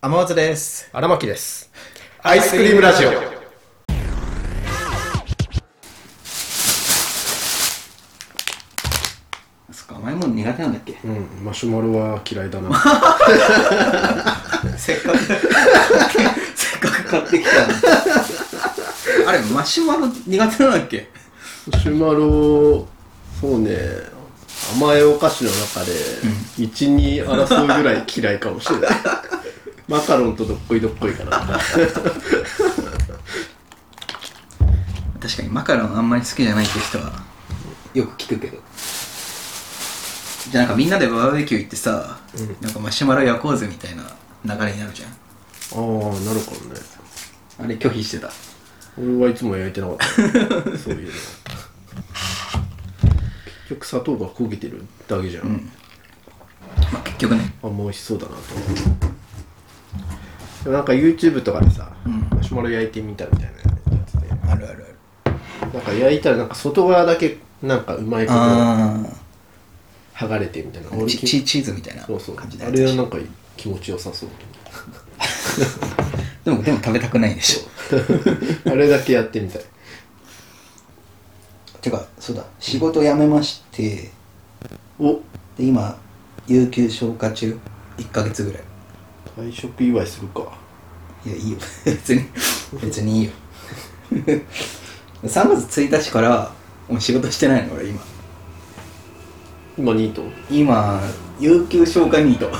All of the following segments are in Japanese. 天松です。荒牧です。アイスクリームラジオ。そっか、甘いもの苦手なんだっけうん、マシュマロは嫌いだな。せっ かく。せっかく買ってきたのにあれ、マシュマロ苦手なんだっけマシュマロ、そうね、甘いお菓子の中で、一、二争うぐらい嫌いかもしれ ない。マカロンとどっこいどっこいかな。確かにマカロンあんまり好きじゃないっていう人は、よく聞くけど。じゃあなんかみんなでバーベキュー行ってさ、なんかマシュマロ焼こうぜみたいな流れになるじゃん。ああ、なるかもね。あれ拒否してた。俺はいつも焼いてなか った。そういうの。結局砂糖が焦げてるだけじゃん。まあ結局ね。あ、もう美味しそうだなと思う。でもなんか YouTube とかでさ、マシュマロ焼いてみたみたいなやつで。あるあるある。なんか焼いたらなんか外側だけなんかうまいことあ剥がれてみたいなあ。チチチーズみたいなそうそう感じあでれはなんか気持ちよさそうでも、でも食べたくないでしょ。 あれだけやってみたいてか、そうだ、仕事辞めまして、おで今有給消化中1ヶ月ぐらい退職祝いするかいやいいよ 別に別にいいよ3月1日からもう仕事してないの俺今今ニ ート今有給消化ニート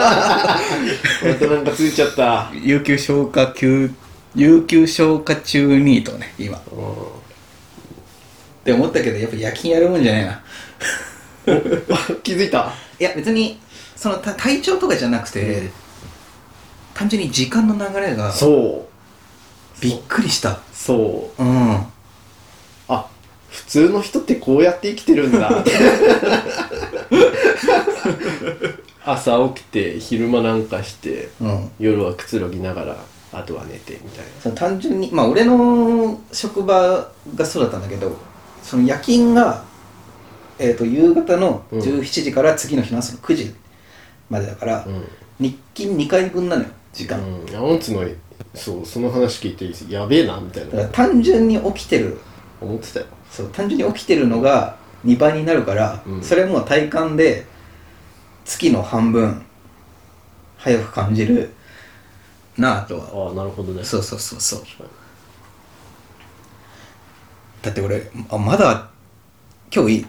またなんかついちゃった 有給消化休有給消化中ニートね今 って思ったけどやっぱ夜勤やるもんじゃないな気づいたいや別にそのた体調とかじゃなくて、単純に時間の流れがそうびっくりしたそううんあ普通の人ってこうやって生きてるん だ朝起きて昼間なんかしてうん夜はくつろぎながらあとは寝てみたいなその単純にまあ俺の職場がそうだったんだけどその夜勤が、えー、と夕方のうん17時から次の日の朝の9時までだから、うん日勤2回分なのよ時間、うん、アオンツのそうその話聞いていいですやべえなみたいだからな単純に起きてる思ってたよそう単純に起きてるのが2倍になるから、うんそれはもう体感で月の半分早く感じるなあとはああなるほどねそうそうそうそう確かにだって俺あまだ今日いい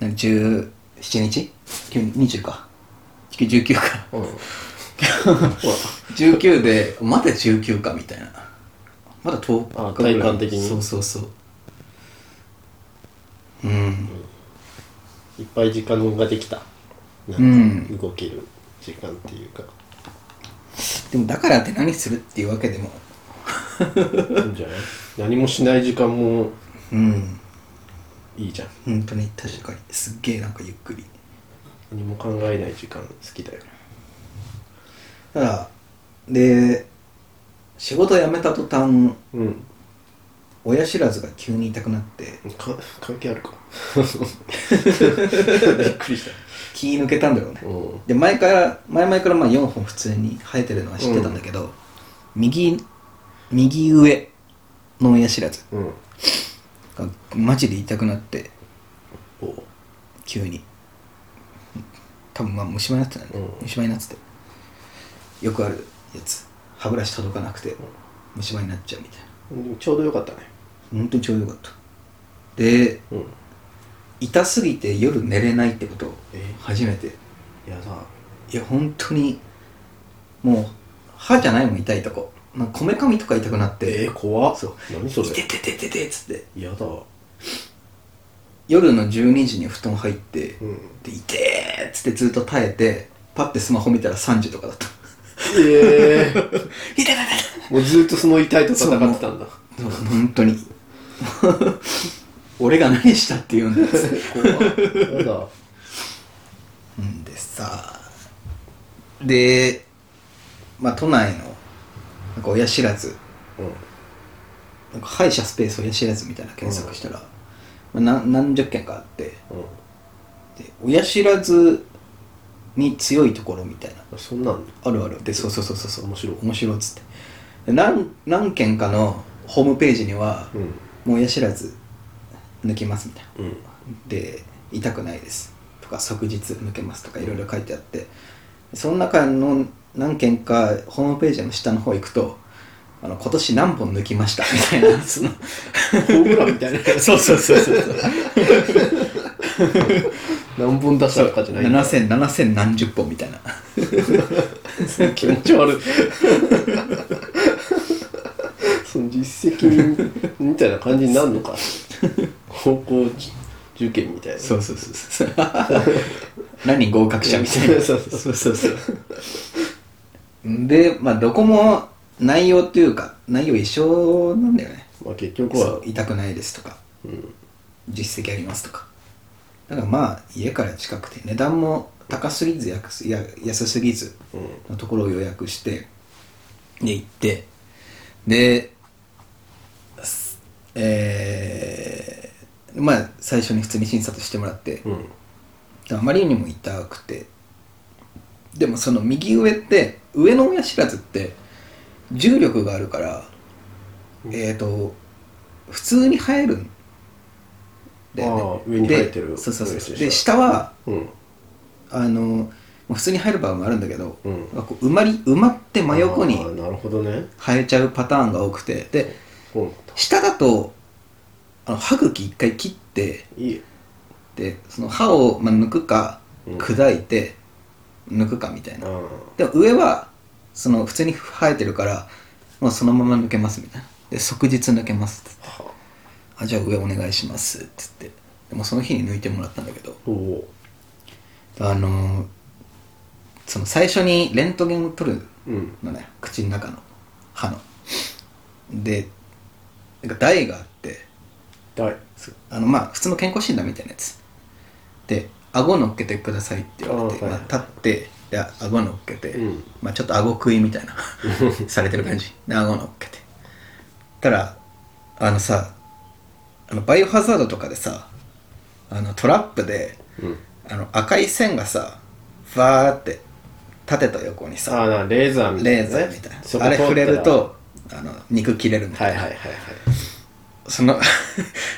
何17日今日20か今日19か うん、 19でまだ19かみたいなまだ10日あぐらい体感的にそうそうそううんいっぱい時間ができたなうんんか動ける時間っていうか、でもだからって何するっていうわけでもいいんじゃない何もしない時間もうんいいじゃん本当に確かにすっげえなんかゆっくり何も考えない時間好きだよただで仕事辞めた途端うん親知らずが急に痛くなってか関係ある かびっくりし気抜けたんだろうねたうんで前から前々からまあ4本普通に生えてるのは知ってたんだけど、右右上の親知らずうんがマジで痛くなってお急に多分まあ虫歯になってたね、うん虫歯になっててよくあるやつ歯ブラシ届かなくて虫歯になっちゃうみたいなでもちょうどよかったね本当にちょうどよかったでうん痛すぎて夜寝れないってことをえ初めてやだいや本当にもう歯じゃないもん痛いとこなんかこめかみとか痛くなってえー、怖っそう何「それいててててて」っつってやだ夜の12時に布団入って「うんでいてー」っつってずっと耐えてパッてスマホ見たら3時とかだった「ええ いてててもうずっとその痛いと戦ってたんだ。て」もう本当に 俺が何したって言うんだっつってやだ。うんでさでまあ都内のなんか親知らず うなんか歯医者スペース親知らずみたいな検索したら、まあ、な何十件かあってん。うん。で親知らずに強いところみたいなそんなんあるあるでそうそうそうそうそう面白い面白いっつってで何何件かのホームページにはうん「もうや知らず抜けます」みたいなうんで「痛くないです」とか「即日抜けます」とかいろいろ書いてあってその中の何件かホームページの下の方行くと「あの今年何本抜きました」みたいなそのホームランみたいな そうそうそうそうそう何本出したとかじゃないんだ7000 7000何十本みたいな気持ち悪 いその実績みたいな感じになるのか高校受験みたいなそうそうそうそう何人合格者みたいなそうそそううそうそうでまあどこも内容というか内容一緒なんだよねまあ結局そはう痛くないですとかうん実績ありますとかだからまあ家から近くて値段も高すぎずやくすや安すぎずうんのところを予約してで行ってですえー、まあ最初に普通に診察してもらって、うんあまりにも痛くてでもその右上って上の親知らずって重力があるから、うんえっ、と普通に生えるんだよねああ上に生えてでるそうそうそうで親知ら下はうんあのもう普通に入る場合もあるんだけど、うんなんかこう埋まり埋まって真横にああなるほどね生えちゃうパターンが多くてでそうなんだ下だとあの歯茎一回切っていいでその歯を、まあ、抜くかうん砕いて抜くかみたいあな、あでも上はその普通に生えてるからもうそのまま抜けますみたいなで即日抜けますって言ってはあじゃあ上お願いしますって言ってでもその日に抜いてもらったんだけどおおあのーその最初にレントゲンを取るうんのね口の中の歯のでなんか台があって大あのまあ普通の健康診断みたいなやつで顎乗っけてくださいって言われて、あーはいまあ、立ってで顎乗っけて、うんまあ、ちょっと顎食いみ たいなされてる感じで顎乗っけてたらあのさあのバイオハザードとかでさあのトラップでうんあの赤い線がさバーって立てた横にあさあなレーザーみたいレなーねザーみたいなそこあれ通ったら触れるとあの肉切れるみたはいいな、はいはいはいその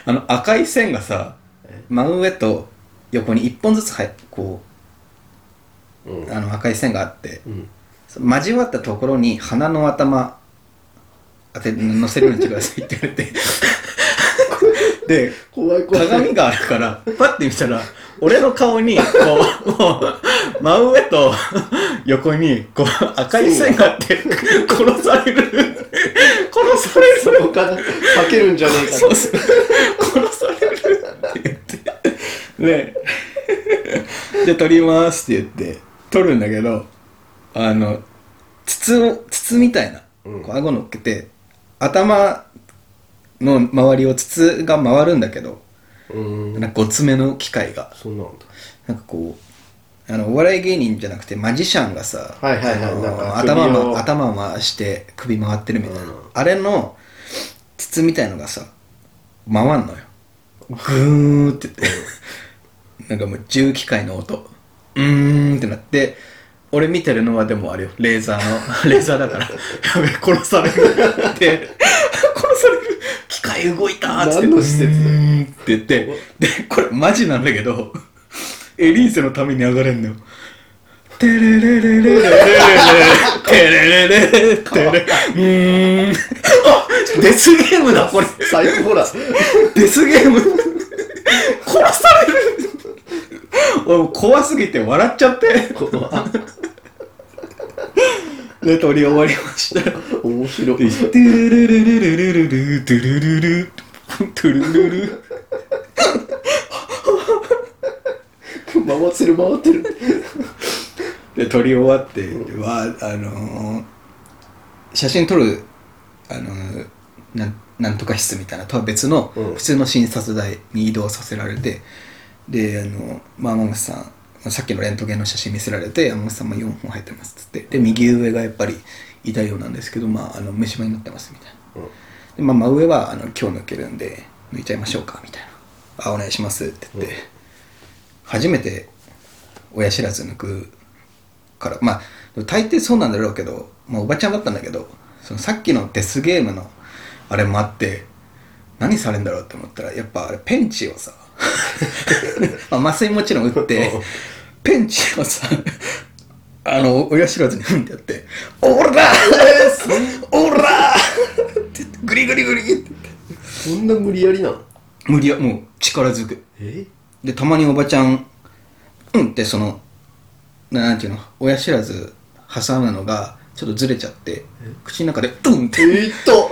あの赤い線がさえ真上と横に1本ずつはこうんうあの赤い線があってうんその交わったところに鼻の頭当て乗せるようにしてくださいって言われ てで怖い怖い鏡があるからパッて見たら俺の顔にこうもう真上と横にこう赤い線があって殺される殺される それ他かけるんじゃねえかそうそう殺されるって言ってでじゃあ取りますって言って取るんだけどあの筒を筒みたいな、うんこう顎乗っけて頭の周りを筒が回るんだけどうーんなんか5つ目の機械がそんなんだなんかこうあのお笑い芸人じゃなくてマジシャンがさ、はいはいはいあのなんか首を頭を頭を回して首回ってるみたいな、うんあれの筒みたいのがさ回んのよグーってってなんかもう重機械の音うーんってなって俺見てるのはでもあれよレーザーの レーザーだからやべえ殺されるって殺される機械動いたーっつって何の施設うーんって言ってでこれマジなんだけどエリーゼのために上がれんのよテレレレレレレレテレレレレテレうーんあデスゲームだこれ最高ほらデスゲーム殺される俺もう怖すぎて笑っちゃってで撮り終わりましたト 面白いゥルルルルルルルルトゥルルルトゥルルル回ってる回ってるで撮り終わってはあのー写真撮るあのーなんなんとか室みたいなとは別のうん普通の診察台に移動させられて、であのまあ天本さんまあさっきのレントゲンの写真見せられて山本さんも4本入ってますっつってで右上がやっぱり痛いようなんですけどまああの虫歯になってますみたいなうんで、まあ、真上はあの今日抜けるんで抜いちゃいましょうかみたいな「あお願いします」って言って、うん初めて親知らず抜くからまあ大抵そうなんだろうけど、まあ、おばちゃんだったんだけどそのさっきのデスゲームのあれもあって何されるんだろうって思ったらやっぱあれペンチをさ まあ麻酔もちろん打ってペンチをさあの親知らずに踏んでやって「オーラーオーラー!」って言ってグリグリグリって言ってそんな無理やりなの無理やもう力ずくえでたまにおばちゃん「うん」ってそのななんていうの親知らず挟むのがちょっとずれちゃって口の中で「うん」って「えっと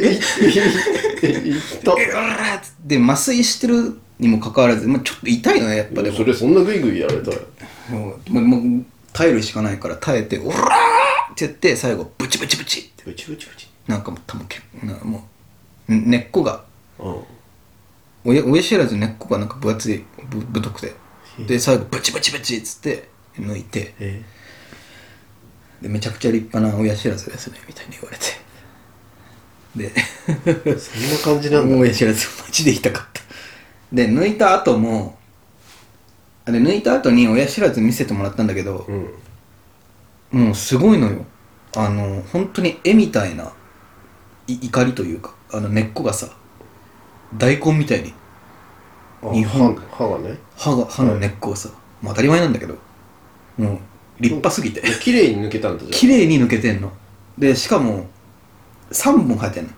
えっとえらーっつって麻酔してるにもかかわらず、まあ、ちょっと痛いのねやっぱでもそれそんなグイグイやられたらもうもうもう耐えるしかないから耐えて「おらー!」って言って最後ブチブチブチってブチブチブチなんかもう多分けなもうん根っこがうん親親知らず根っこがなんか分厚いぶ太くてで最後ブチブチブチっつって抜いてえでめちゃくちゃ立派な親知らずですねみたいに言われてでそんな感じなんだ親知らずマジで痛かったで抜いた後もあれ抜いた後に親知らず見せてもらったんだけどう、んもうすごいのよあの本当に絵みたいない怒りというかあの根っこがさ大根みたいにあ日本歯歯がね歯が歯の根っこをさ、まあ、当たり前なんだけどもう立派すぎて綺麗に抜けたんだじ綺ゃ麗に抜けてんのでしかも3本生えてんの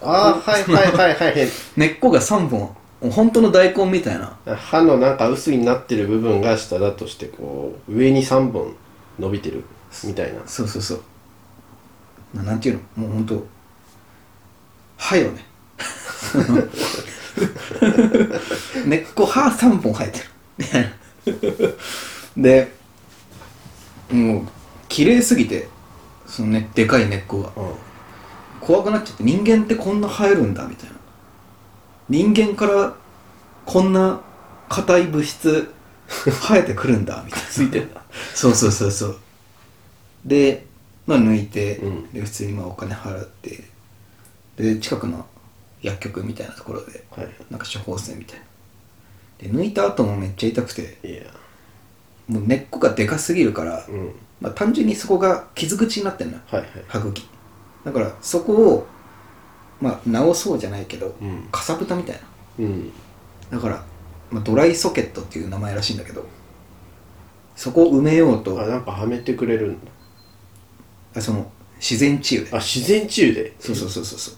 あ3本ああはいはいはいはい根っこが3本もう本当の大根みたいなはい歯のなんか薄いになってる部分が下だとしてこう上に3本伸びてるみたいなそうそうそうななんていうのもう本当歯よね 根っこ歯3本生えてるみたいな でもう綺麗すぎてそのねでかい根っこがうん怖くなっちゃって人間ってこんな生えるんだみたいな人間からこんな硬い物質生えてくるんだみたいなついてんだそうそうそうそうでまあ抜いて、うんで普通にまあお金払ってで近くの薬局みたいなところではなんか処方箋みたいなで抜いた後もめっちゃ痛くていいやもう根っこがでかすぎるから、うんまあ、単純にそこが傷口になってんのよはいはい歯茎だからそこをまあ直そうじゃないけど、うんかさぶたみたいうんなだから、まあ、ドライソケットっていう名前らしいんだけどそこを埋めようとあなんかはめてくれるんだあその自然治癒であ自然治癒でそうそうそうそうそう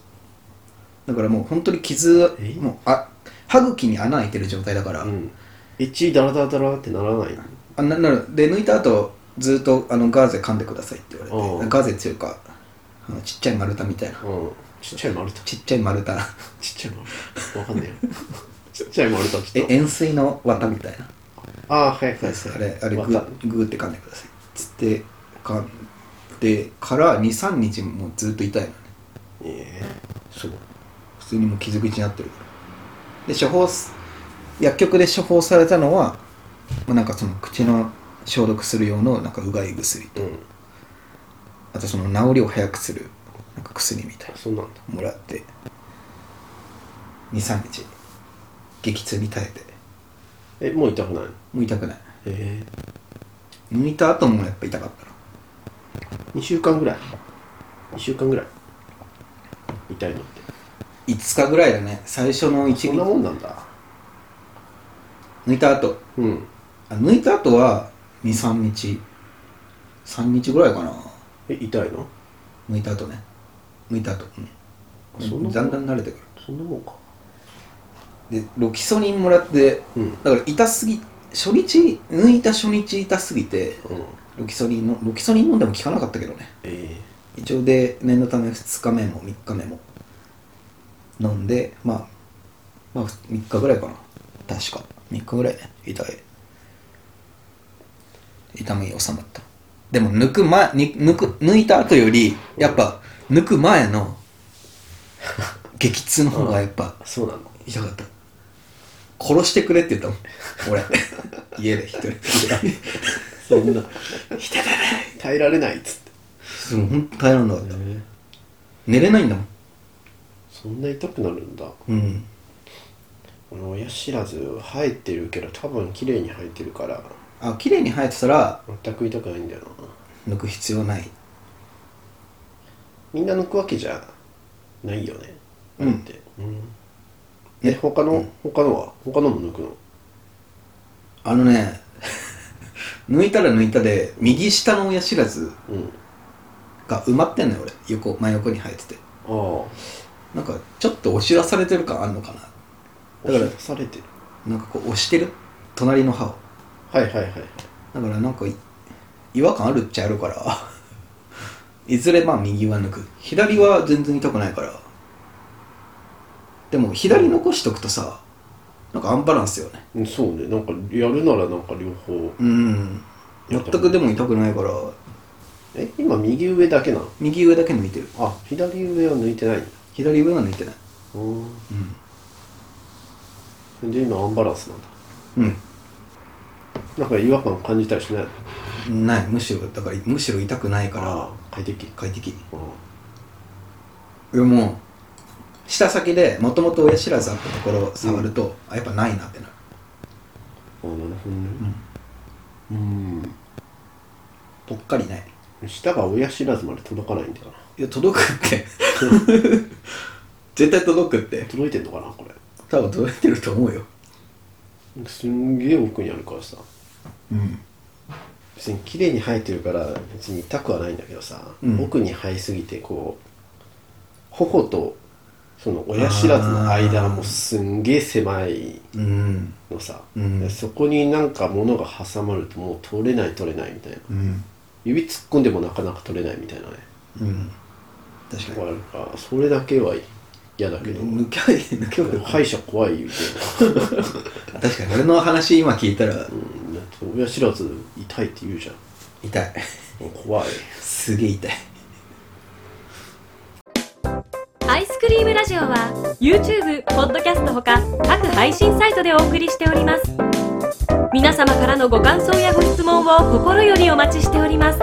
だからもう本当に傷えもうあ歯茎に穴開いてる状態だから、うん一ダラダラダラってならないのあななるで抜いた後ずっとあのガーゼ噛んでくださいって言われおてうガーゼっていうかあのちっちゃい丸太みたいなうんちっちゃい丸太ちっちゃい丸太ちっちゃい丸太わかん ないよちっちゃい丸太ちえょっと円錐の綿みたいなああはいはいあれあれグわかーグーって噛んでくださいつって噛んでから23日もうずっと痛いのねえそう普通にもう傷口になってるからで処方す薬局で処方されたのは、まあ、なんかその口の消毒する用のなんかうがい薬えうんあとその治りを早くするなんか薬みたいあそうなんだなのもらって23日激痛に耐えてえもう痛くないのもう痛くないえ抜いた後もやっぱ痛かったのえ2週間ぐらい2週間ぐらい痛いのって5日ぐらいだね最初の1日そんなもんなんだ抜いた後うんあ抜いた後は23日3日ぐらいかなえ痛いの抜いた後ね抜いた後、うん、そんなもんだんだん慣れてくそんなもんかるでロキソニンもらってうんだから痛すぎ初日抜いた初日痛すぎてうんロキソニンのロキソニン飲んでも効かなかったけどねえ一応で念のため2日目も3日目も飲んでまあまあ3日ぐらいかな確か3日ぐらいね痛い痛み収まったでも抜く前に抜く抜いた後よりやっぱ抜く前の激痛の方がやっぱえそうなの痛かった殺してくれって言ったもん俺家で一人そんな 耐えられないっつってでも本当耐えられなかったえ寝れないんだもんそんな痛くなるんだうん俺親知らず生えてるけど多分綺麗に生えてるからあ綺麗に生えてたら全く痛くないんだよな抜く必要ないみんな抜くわけじゃないよねうんだって、え他の、他のは他のも抜くのあのね 抜いたら抜いたで右下の親知らずうんが埋まってんのよ俺横真横に生えててあなんかちょっと押し出されてる感あんのかあだから押し出されてるななんかこう押してる隣の歯をはいはいはいだからなんかい違和感あるっちゃあるから いずれまあ右は抜く左は全然痛くないからでも左残しとくとさなんかアンバランスよねうんそうねなんかやるならなんか両方うんや全った方がくでも痛くないからえ今右上だけなの右上だけ抜いてるあ左上は抜いてないんだ左上は抜いてないうんで今アンバランスなんだうんなんか違和感感じたりしないのないむしろだからむしろ痛くないからあ快適快適あでも舌先でもともと親知らずあったところを触ると、あやっぱないなってなるあなるほどねうんぽっかりない舌が親知らずまで届かないんだからいや届くって 絶対届くって届いてんのかなこれ多分届いてると思うよすんげえ奥にあるからさうん別に綺麗に生えてるから別に痛くはないんだけどさ、うん奥に生えすぎてこう頬とその親知らずの間もすんげえ狭いうんのさ、うんでそこになんか物が挟まるともう取れない取れないみたいなうん指突っ込んでもなかなか取れないみたいなねうん確とかこあるからそれだけは嫌だけにど、抜けばいい抜けばいい歯医者怖いみ たい確かに俺の話今聞いたらな、うん、だって親知らず痛いって言うじゃん痛い怖いすげえ痛いアイスクリームラジオは YouTube、ポッドキャストほか各配信サイトでお送りしております皆様からのご感想やご質問を心よりお待ちしております